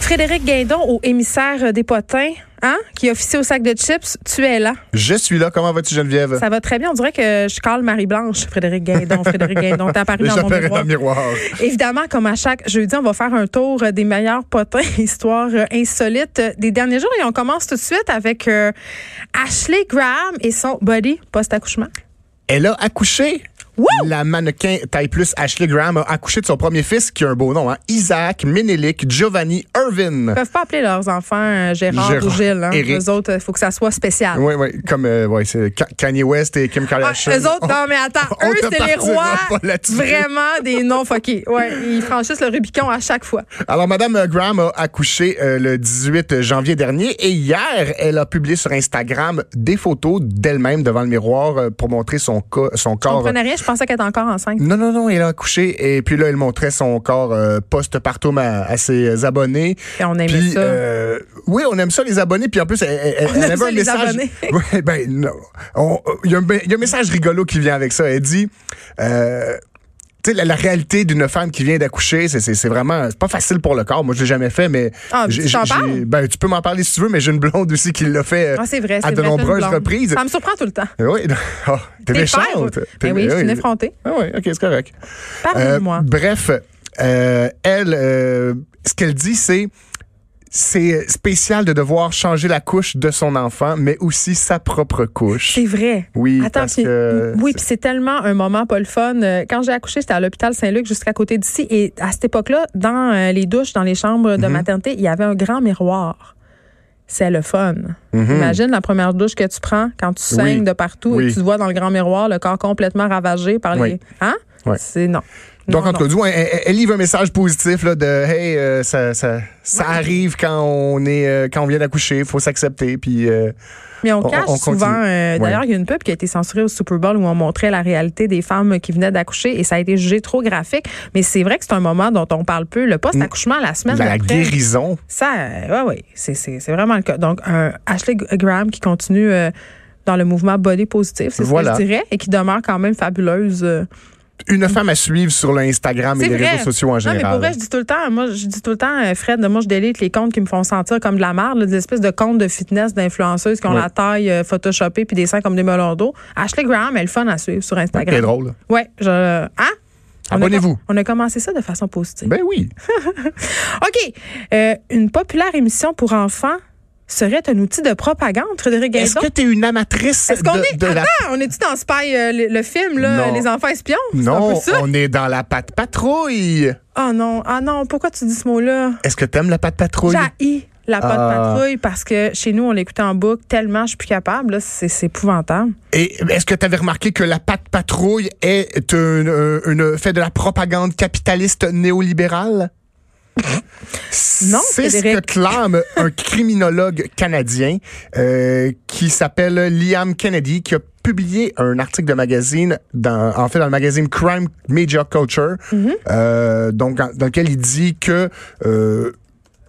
Frédéric Guindon, au émissaire des potins, hein, qui est officier au sac de chips, tu es là. Je suis là. Comment vas-tu, Geneviève? Ça va très bien. On dirait que je cale Marie-Blanche, Frédéric Guindon. Frédéric Guindon, t'es apparu dans mon J'apparais dans miroir. le miroir. Évidemment, comme à chaque jeudi, on va faire un tour euh, des meilleurs potins, histoire euh, insolite euh, des derniers jours. Et on commence tout de suite avec euh, Ashley Graham et son body post-accouchement. Elle a accouché. La mannequin taille plus Ashley Graham a accouché de son premier fils qui a un beau nom, hein? Isaac Menelik Giovanni Irvin. Ils peuvent pas appeler leurs enfants euh, Gérard, Gérard, ou Gilles. Hein. Éric. Eux autres, il faut que ça soit spécial. Oui, oui, comme euh, ouais, c'est Ka- Kanye West et Kim Ah, Kardashian. eux autres, non, mais attends, on eux, te c'est les partira rois pas là-dessus. vraiment des non fuckés. Ouais, ils franchissent le Rubicon à chaque fois. Alors, Madame euh, Graham a accouché euh, le 18 janvier dernier et hier, elle a publié sur Instagram des photos d'elle-même devant le miroir euh, pour montrer son, co- son Je corps euh, comprenais rien, je pensais qu'elle était encore enceinte. Non, non, non, elle a accouché et puis là, elle montrait son corps euh, post-partum à, à ses euh, abonnés. Et on aimait Puis, ça. euh, oui, on aime ça les abonnés. Puis en plus, elle, elle- elle aime avait ça, un les message. abonnés. Oui, ben non. On- Il y, a un- il y a un message rigolo qui vient avec ça. Elle dit. euh, tu sais, la, la réalité d'une femme qui vient d'accoucher, c'est- c'est c'est vraiment, c'est pas facile pour le corps. Moi, je l'ai jamais fait, mais Ah, tu j'ai- t'en j'ai- parles? ben, tu peux m'en parler si tu veux, mais j'ai une blonde aussi qui l'a fait euh, Ah, c'est vrai, c'est à de vrai, c'est une nombreuses blonde. reprises. Ça me surprend tout le temps. Oui, Ah, t'es Des méchante. pères, T'es- Ben oui, je suis oui. une effrontée. Ah oui, ok, c'est correct. Pardonne-moi. Euh, bref, euh, elle, euh, ce qu'elle dit, c'est c'est spécial de devoir changer la couche de son enfant, mais aussi sa propre couche. C'est vrai. Oui, Attends, parce puis- que- oui, puis c'est tellement un moment pas le fun. Euh, Quand j'ai accouché, j'étais à l'hôpital Saint-Luc, jusqu'à côté d'ici. Et à cette époque-là, dans euh, les douches, dans les chambres Mm-hmm. de maternité, il y avait un grand miroir. C'est le fun. Mhm. Imagine la première douche que tu prends quand tu saignes Hmm. Oui. de partout et Oui. que tu te vois dans le grand miroir le corps complètement ravagé par les. Oui. Hein? Oui. C'est non. Donc, Non, en non. tout cas, du moins, elle, elle- elle livre un message positif là, de Hey, euh, ça, ça, ça arrive quand on est euh, quand on vient d'accoucher, faut s'accepter. Puis euh, Mais on on- cache on continue. souvent. euh, Oui. D'ailleurs, il y a une pub qui a été censurée au Super Bowl où on montrait la réalité des femmes qui venaient d'accoucher et ça a été jugé trop graphique. Mais c'est vrai que c'est un moment dont on parle peu. Le post-accouchement, la semaine la d'après, guérison. Ça, euh, ouais, ouais, c'est, c'est, c'est vraiment le cas. Donc, un Ashley Graham qui continue euh, dans le mouvement body positif, c'est Voilà. ce que je dirais, et qui demeure quand même fabuleuse. euh. Une femme à suivre sur l'Instagram et C'est les vrai. réseaux sociaux en Non, mais général. pour vrai, je dis tout le temps, moi, je dis tout le temps, euh, Fred, moi, je délite les comptes qui me font sentir comme de la merde, là, des espèces de comptes de fitness d'influenceuses qui ont Ouais. la taille euh, photoshopée puis des seins comme des melons d'eau. Ashley Graham, elle est fun à suivre sur Instagram. Très drôle. Ouais, je. Hein? On a com- Abonnez-vous. On a commencé ça de façon positive. Ben oui. Ben. OK. Euh, une populaire émission pour enfants serait un outil de propagande, Frédéric Est-ce Gaillon? que tu es une amatrice Est-ce qu'on de, est. de la Attends, on est-tu dans Spy, euh, le, le film, là, Non. Les enfants espions? C'est un peu Non, ça? on est dans la patte patrouille. Ah non, ah non, pourquoi tu dis ce mot-là? Est-ce que t'aimes la patte patrouille? J'ai la pote Ah. patrouille parce que chez nous, on l'écoute en boucle tellement je suis plus capable. là, C'est c'est épouvantable. Et est-ce que t'avais remarqué que la patte patrouille est une, une- fait de la propagande capitaliste néolibérale? Non, C'est ce que Frédéric. clame un criminologue canadien euh, qui s'appelle Liam Kennedy, qui a publié un article de magazine, dans, en fait dans le magazine Crime Media Culture, Mhm. euh, donc dans, dans lequel il dit que euh,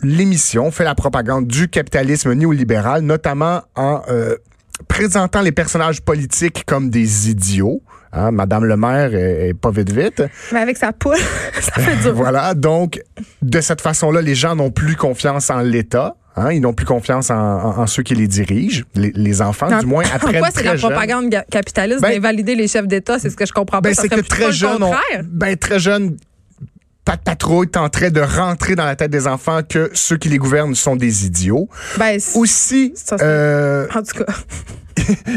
l'émission fait la propagande du capitalisme néolibéral, notamment en euh, présentant les personnages politiques comme des idiots. Hein, Madame le maire est, est pas vite vite. Mais avec sa poule, ça fait dur. Voilà, donc de cette façon-là, les gens n'ont plus confiance en l'État. Hein, ils n'ont plus confiance en, en- en ceux qui les dirigent, les, les enfants, En- du moins après en quoi c'est la jeune. propagande ga- capitaliste Ben- d'invalider les chefs d'État? C'est ce que je comprends pas. Ben, Ça c'est que serait pas très le jeune, on- contraire? ben, très jeune, Pat Patrouille tenterait de rentrer dans la tête des enfants que ceux qui les gouvernent sont des idiots. Ben, c'est- Aussi, Ça, c'est- euh, en tout cas.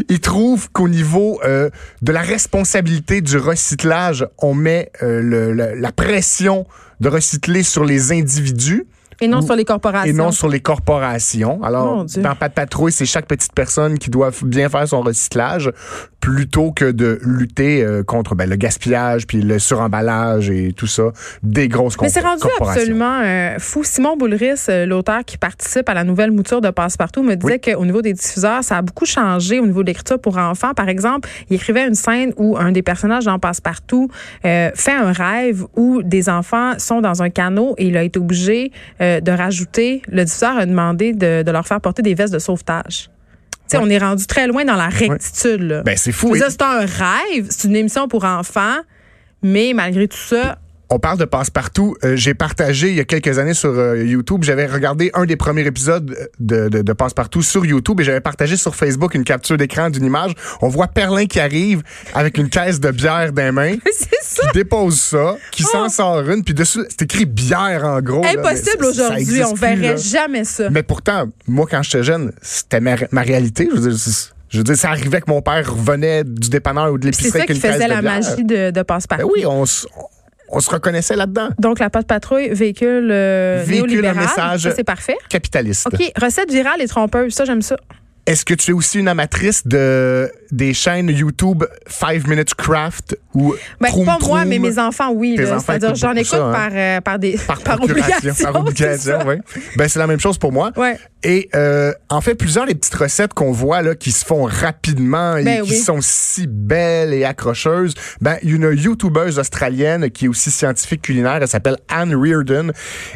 il trouve qu'au niveau euh, de la responsabilité du recyclage, on met euh, le- le- la pression de recycler sur les individus Et non sur les corporations. et non sur les corporations. Mon Alors, Dieu. dans Pas de patrouille, c'est chaque petite personne qui doit f- bien faire son recyclage plutôt que de lutter euh, contre ben, le gaspillage, puis le suremballage et tout ça des grosses Mais corp- c'est rendu corporations. absolument euh, fou. Simon Boulris, euh, l'auteur qui participe à la nouvelle mouture de Passepartout, me disait qu'au niveau des diffuseurs, ça a beaucoup changé au niveau de l'écriture pour enfants. Par exemple, il écrivait une scène où un des personnages dans Passepartout euh, fait un rêve où des enfants sont dans un canot et il a été obligé euh, de rajouter, le diffuseur a demandé de, de leur faire porter des vestes de sauvetage. Tu sais, On est rendu très loin dans la rectitude. là. Ben, c'est Je fou. veux Et- dire, C'est un rêve, c'est une émission pour enfants, mais malgré tout ça, On parle de Passepartout. Euh, J'ai partagé il y a quelques années sur euh, YouTube. J'avais regardé un des premiers épisodes de, de, de Passepartout sur YouTube et j'avais partagé sur Facebook une capture d'écran d'une image. On voit Perlin qui arrive avec une caisse de bière dans les mains, C'est ça. qui dépose ça, Ah! qui s'en sort une, puis dessus, c'est écrit bière en gros. là, mais Impossible ça- ça aujourd'hui. existe On plus, verrait là. jamais ça. Mais pourtant, moi, quand j'étais jeune, c'était ma, ma réalité. Je veux, dire, c'est- je veux dire, ça arrivait que mon père revenait du dépanneur ou de C'est l'épicerie ça avec qui une caisse faisait de la bière. magie de, de Ben Passepartout. oui, on, s- on se reconnaissait là-dedans. Donc, la patte patrouille, véhicule, euh, Véhicule, néolibéral. un message. Ça, c'est parfait. Capitaliste. OK, recette virale et trompeuse. Ça, j'aime ça. Est-ce que tu es aussi une amatrice de des chaînes YouTube Five Minutes Craft ou Ben, Troum pas moi, Troum? mais mes enfants, oui. Tes là. enfants C'est-à-dire, écoutent j'en beaucoup écoute ça, hein? par, euh, par, des, par, procuration, par obligation, c'est ça. oui. Ben, c'est la même chose pour moi. Ouais. Et euh, en fait, plusieurs des petites recettes qu'on voit là, qui se font rapidement et Ben qui oui. sont si belles et accrocheuses, ben, il y a une youtubeuse australienne qui est aussi scientifique culinaire, elle s'appelle Anne Reardon,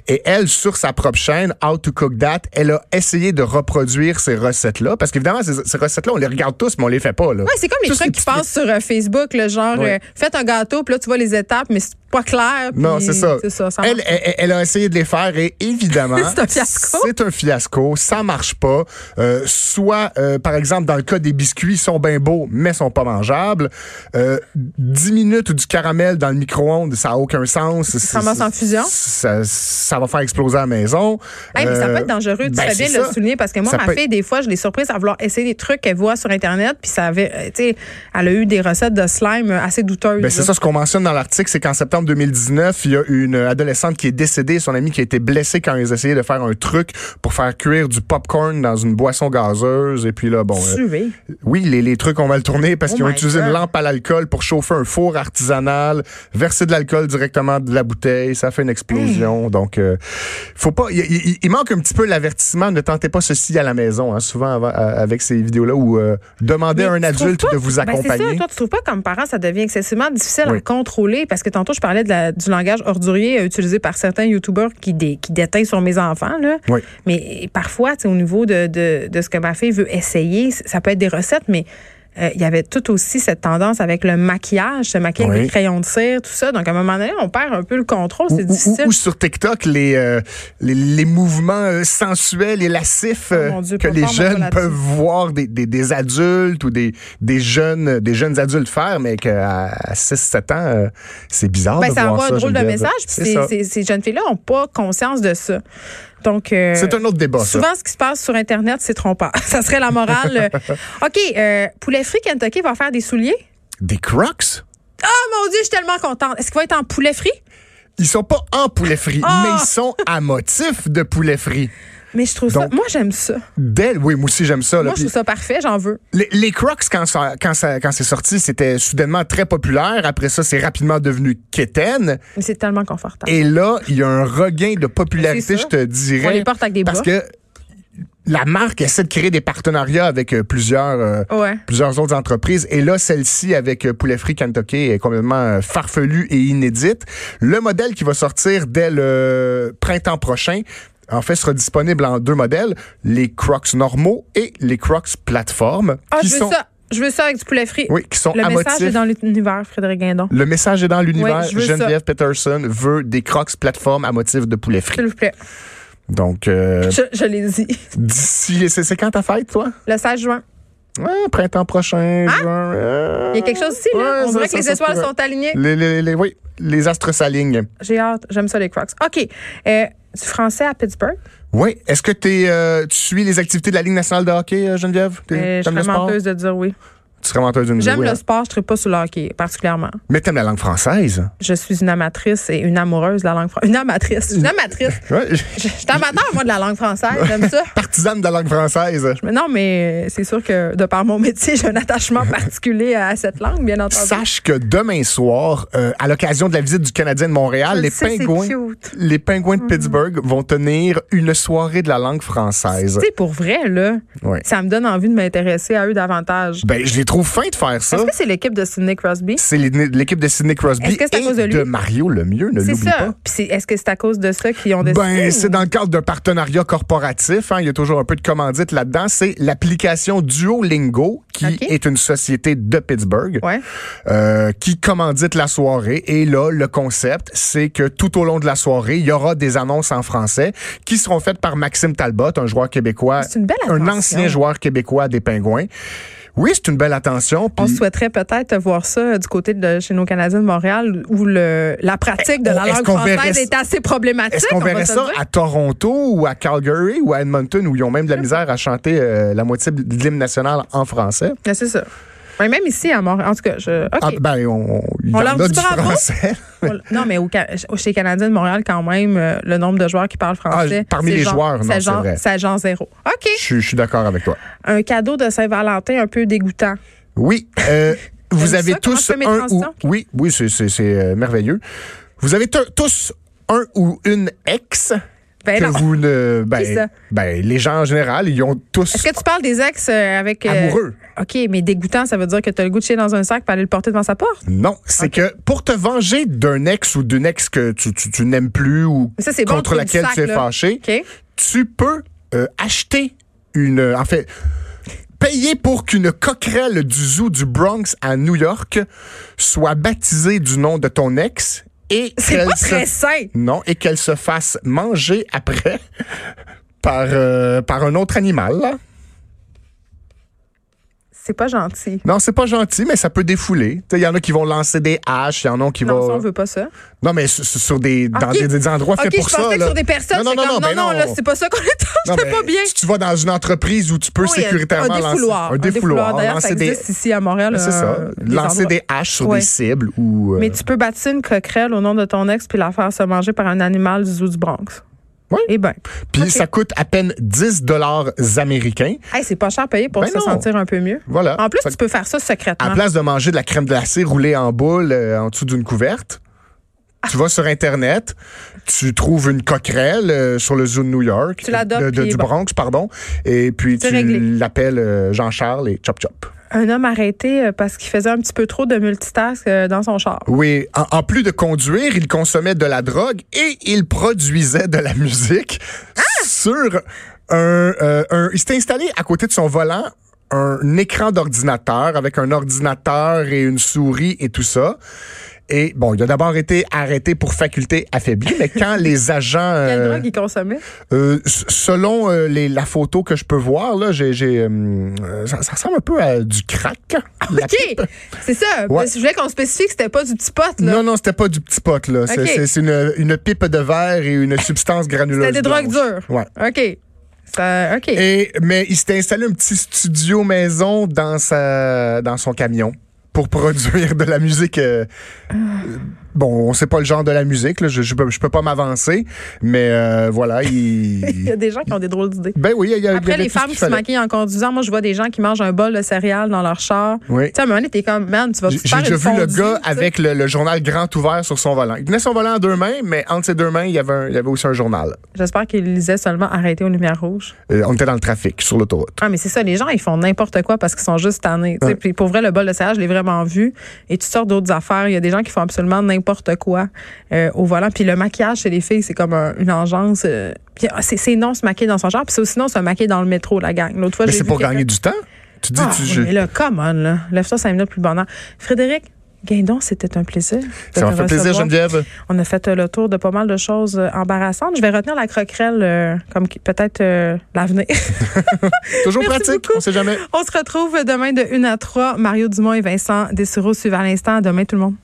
et elle, sur sa propre chaîne, How to Cook That, elle a essayé de reproduire ces recettes-là, parce qu'évidemment, ces, ces recettes-là, on les regarde tous, mais on les fait pas. Là. Ouais, c'est comme les Tous trucs qui petits passent sur euh, Facebook, le genre, Ouais. euh, faites un gâteau, puis là, tu vois les étapes, mais c'est pas clair. puis Non, c'est ça. C'est ça, ça elle, marche. elle, elle a essayé de les faire et évidemment, C'est un fiasco. C'est un fiasco. Ça marche pas. Euh, soit, euh, par exemple, dans le cas des biscuits, ils sont bien beaux, mais sont pas mangeables. Euh, 10 minutes du caramel dans le micro-ondes, ça a aucun sens. Ça commence en fusion. Ça, ça va faire exploser à la maison. Hey, mais ça Euh, peut être dangereux. Tu ben, fais bien c'est de le ça. souligner parce que moi, Ça ma peut fille, des fois, je l'ai surprise à vouloir essayer des trucs qu'elle voit sur Internet. Puis ça avait, euh, tu sais, elle a eu des recettes de slime euh, assez douteuses. Ben, c'est là. ça ce qu'on mentionne dans l'article, c'est qu'en septembre 2019, il y a une adolescente qui est décédée, son amie qui a été blessée quand ils essayaient de faire un truc pour faire cuire du popcorn dans une boisson gazeuse. Et puis là, bon, euh, Sué. oui, les, les trucs, on va le tourner parce Oh qu'ils ont my utilisé God. une lampe à l'alcool pour chauffer un four artisanal, verser de l'alcool directement de la bouteille, ça fait une explosion. Mmh. Donc, euh, faut pas. Il, il- il manque un petit peu l'avertissement. Ne tentez pas ceci à la maison. hein, souvent avant- avec ces vidéos-là où euh, demandez à Mais un tu adulte trouves pas- de vous Ben, accompagner. c'est ça, toi, tu trouves pas comme parent, ça devient excessivement difficile à Oui. contrôler parce que tantôt, je parlais de la- du langage ordurier euh, utilisé par certains YouTubers qui, dé, qui déteignent sur mes enfants. Là. Oui. Mais parfois, tu sais, au niveau de, de, de ce que ma fille veut essayer, c- ça peut être des recettes, mais euh, il y avait tout aussi cette tendance avec le maquillage, se maquiller avec Oui. des crayons de cire, tout ça. Donc, à un moment donné, on perd un peu le contrôle. Ou, C'est ou- difficile. ou sur TikTok, les, euh, les, les mouvements euh, sensuels et lascifs euh, Oh mon Dieu, que pas les fort, mon gars, jeunes là-dessus. peuvent voir des, des, des adultes ou des, des, jeunes, des jeunes adultes faire, mais qu'à 6-7 ans, euh, c'est bizarre Ben, de ça voir envoie ça. un drôle de Geneviève. message. Puis C'est ces, ça. ces- ces jeunes filles-là n'ont pas conscience de ça. Donc, euh, C'est un autre débat, ça. Souvent, ce qui se passe sur Internet, c'est trompeur. Ça serait la morale. OK, euh, poulet frit Kentucky va faire des souliers. Des crocs? Oh mon Dieu, je suis tellement contente. Est-ce qu'il va être en poulet frit? Ils sont pas en poulet frit, Ah! mais ils sont à motif de poulet frit. Mais je trouve ça. Donc- Moi, j'aime ça. Dès, oui, moi aussi, j'aime ça. là. Moi, je Puis- trouve ça parfait. J'en veux. Les, les Crocs, quand, ça, quand, ça, quand c'est sorti, c'était soudainement très populaire. Après ça, c'est rapidement devenu quétaine. Mais c'est tellement confortable. Et là, il y a un regain de C'est popularité, ça. je te dirais. On les porte avec des Parce bras. que la marque essaie de créer des partenariats avec euh, plusieurs, euh, Ouais. plusieurs autres entreprises. Et là, celle-ci, avec euh, Poulet Free Kentucky, est complètement euh, farfelue et inédite. Le modèle qui va sortir dès le printemps prochain, en fait, sera disponible en deux modèles, les Crocs normaux et les Crocs plateforme. Ah, qui je veux sont, ça. Je veux ça avec du poulet frit. Oui, qui sont Le à message est motif. dans l'univers, Frédéric Guindon. Le message est dans l'univers. Oui, je veux ça. Geneviève Peterson veut des Crocs plateforme à motif de poulet frit. S'il vous plaît. Donc, euh, Je, je l'ai dit. d'ici, c'est c'est quand ta fête, toi? Le 16 juin. Ouais, printemps prochain, juin, euh, Hein? Il y a quelque chose ici, là. ouais, On ça, dirait ça, que les ça étoiles pourrait. sont alignées. Les, les- les- oui, les astres s'alignent. J'ai hâte. J'aime ça, les Crocs. OK. Euh, du français à Pittsburgh. Oui, est-ce que t'es, euh, tu suis les activités de la Ligue nationale de hockey, euh, Geneviève? T'es- Euh, je t'aimes serais le sport? menteuse de dire oui. Tu serais menteuse d'une J'aime oui, le hein. sport, je ne pas sur le hockey, particulièrement. Mais t'aimes la langue française? Je suis une amatrice et une amoureuse de la langue française. Une amatrice. Une amatrice. Ouais, Je je suis amateur, moi, de la langue française. J'aime ça. Partisane de la langue française. Mais non, mais euh, c'est sûr que de par mon métier, j'ai un attachement particulier à cette langue, bien entendu. Sache que demain soir, euh, à l'occasion de la visite du Canadien de Montréal, Je les le sais, c'est pingouins, cute. Mm. les pingouins de Pittsburgh vont tenir une soirée de la langue française. Tu sais, pour vrai, là, Ouais. ça me donne envie de m'intéresser à eux davantage. Ben, je les trouve fin de faire ça. Est-ce que c'est l'équipe de Sidney Crosby? C'est l'équipe de Sidney Crosby Est-ce que c'est à et cause de lui? Mario Lemieux, ne C'est l'oublie ça. pas. Puis c'est- est-ce que c'est à cause de ça qu'ils ont décidé? Ben, ou- c'est dans le cadre d'un partenariat corporatif. hein. Il y a toujours un peu de commandite là-dedans. C'est l'application Duolingo, qui Ok. est une société de Pittsburgh, Ouais. euh, qui commandite la soirée. Et là, le concept, c'est que tout au long de la soirée, il y aura des annonces en français qui seront faites par Maxime Talbot, un joueur québécois, C'est une belle un attention. ancien joueur québécois des Pingouins. Oui, c'est une belle attention. On puis- souhaiterait peut-être voir ça euh, du côté de chez nos Canadiens de Montréal où le, la pratique de la Eh, Est-ce langue qu'on verrait française ça- est assez problématique. Est-ce qu'on on va verrait se ça le dire. à Toronto ou à Calgary ou à Edmonton où ils ont même de la misère à chanter euh, la moitié de l'hymne national en français? Ouais, c'est ça. Mais même ici à Montréal. En tout cas, je. OK. Ah, ben, on, il y On en leur a dit du bravo? français. Voilà. non, mais au, Ca- chez les Canadiens de Montréal, quand même, euh, le nombre de joueurs qui parlent français. Ah, parmi c'est les genre- joueurs, non, c'est genre- vrai. C'est genre zéro. OK. Je, suis- je suis d'accord avec toi. Un cadeau de Saint-Valentin un peu dégoûtant. Oui, euh, vous J'aime avez ça, comment je tous fais mes un ou... transitions? Oui, oui, c'est- c'est c'est, euh, merveilleux. Vous avez t- tous un ou une ex Ben que non. vous ne... Qui ça? Ben, ben, les gens en général, ils ont tous... Est-ce que tu parles des ex euh, avec. euh, Amoureux. OK, mais dégoûtant, ça veut dire que tu as le goût de chier dans un sac pour aller le porter devant sa porte. Non, c'est que pour te venger d'un ex ou d'une ex que tu, tu- tu n'aimes plus ou Ça, c'est bon contre le trou du laquelle sac, tu es là. fâché, OK? tu peux euh, acheter une. euh, en fait, payer pour qu'une coquerelle du zoo du Bronx à New York soit baptisée du nom de ton ex et C'est qu'elle pas se- très sain. non et qu'elle se fasse manger après par euh, par un autre animal. là. C'est pas gentil. Non, c'est pas gentil, mais ça peut défouler. Tu sais, Il y en a qui vont lancer des haches, il y en a qui Non, vont. ça, on veut pas ça. Non, mais sur, sur- sur des, dans Ok. des, des endroits OK, faits Ah, pour je pensais ça. que là. sur des personnes, non, non, c'est non, comme, ben non, là, c'est pas ça qu'on Non, attend, mais j'étais pas bien. Si tu vas dans une entreprise où tu peux Oui, il y a sécuritairement un lancer défouloir. un défouloir, D'ailleurs, ça lancer des, existe ici à Montréal. c'est ça, euh, des lancer endroits. des haches sur Ouais. des cibles ou euh, Mais tu peux bâtir une coquerelle au nom de ton ex puis la faire se manger par un animal du zoo du Bronx. Oui. Eh bien, puis ok. ça coûte à peine 10 dollars américains. c'est pas cher payé pour Ben se non. sentir un peu mieux. Voilà. En plus, Fait tu peux faire ça à secrètement. place de manger de la crème glacée roulée en boule euh, en dessous d'une couverte, Ah. tu vas sur internet, tu trouves une coquerelle euh, sur le zoo de New York, euh, Tu l'adoptes, de- de- puis du bon. Bronx pardon, et puis C'est tu réglé. l'appelles euh, Jean-Charles et chop chop. Un homme arrêté euh, parce qu'il faisait un petit peu trop de multitask euh, dans son char. Oui, en, en plus de conduire, il consommait de la drogue et il produisait de la musique Ah! sur un, euh, un- Il s'est installé à côté de son volant un écran d'ordinateur avec un ordinateur et une souris et tout ça. Et bon, il a d'abord été arrêté pour faculté affaiblie, mais quand les agents... Quelle euh, drogue il consommait? euh, s- selon euh, les- la photo que je peux voir, là, j'ai... j'ai, hum, euh, ça, ça ressemble un peu à du crack. la pipe. OK! C'est ça. Ouais. Parce que je voulais qu'on spécifie que c'était pas du petit pot, là. Non, non, c'était pas du petit pot, là. C'est- Ok. C'est c'est une, une pipe de verre et une substance granuleuse. C'était des drogues dures. blanche. Ouais. OK. Ça, OK. Et, mais il s'était installé un petit studio maison dans, sa, dans son camion pour produire de la musique. euh, Ah. euh, bon, on sait pas le genre de la musique, là. Je, je, peux- je peux pas m'avancer, mais euh, voilà, Il y a il. des gens qui ont des drôles d'idées. ben oui, il y a- il y a. Après, les femmes qui se maquillent. maquillent en conduisant, moi, je vois des gens qui mangent un bol de céréales dans leur char. Oui. Tu sais, à un moment donné, t'es comme, man, tu vas J'ai te faire j'ai déjà une vu le fondue, gars tu sais. avec le, le journal grand ouvert sur son volant. Il tenait son volant à deux mains, mais entre ses deux mains, il y avait, un- il y avait aussi un journal. J'espère qu'il lisait seulement Arrêté aux lumières rouges. Euh, on était dans le trafic, sur l'autoroute. Ah, mais c'est ça, les gens, ils font n'importe quoi parce qu'ils sont juste tannés. tu sais. Ouais. Puis pour vrai, le bol de céréales, je l'ai vraiment vu. Et toutes sortes d'autres affaires. Il y a des gens qui font absolument n'importe quoi euh, au volant. Puis le maquillage chez les filles, c'est comme un- une engeance. euh. Puis, ah, c'est c'est non se maquiller dans son genre. Puis c'est aussi non se maquiller dans le métro, la gang. L'autre fois, Mais j'ai c'est vu pour quelqu'un- gagner du temps. Tu dis, Ah, tu, oui, je- mais là, come on, là. Lève-toi cinq minutes plus bonheur. Frédéric Guindon, c'était un plaisir. de ça m'a te fait plaisir, recevoir. Geneviève. On a fait euh, le tour de pas mal de choses euh, embarrassantes. Je vais retenir la croquerelle euh, comme qui- peut-être euh, l'avenir. Toujours Merci pratique, beaucoup. on sait jamais. On se retrouve demain de 1 à 3. Mario Dumont et Vincent Dessureau suivent à l'instant. À demain, tout le monde.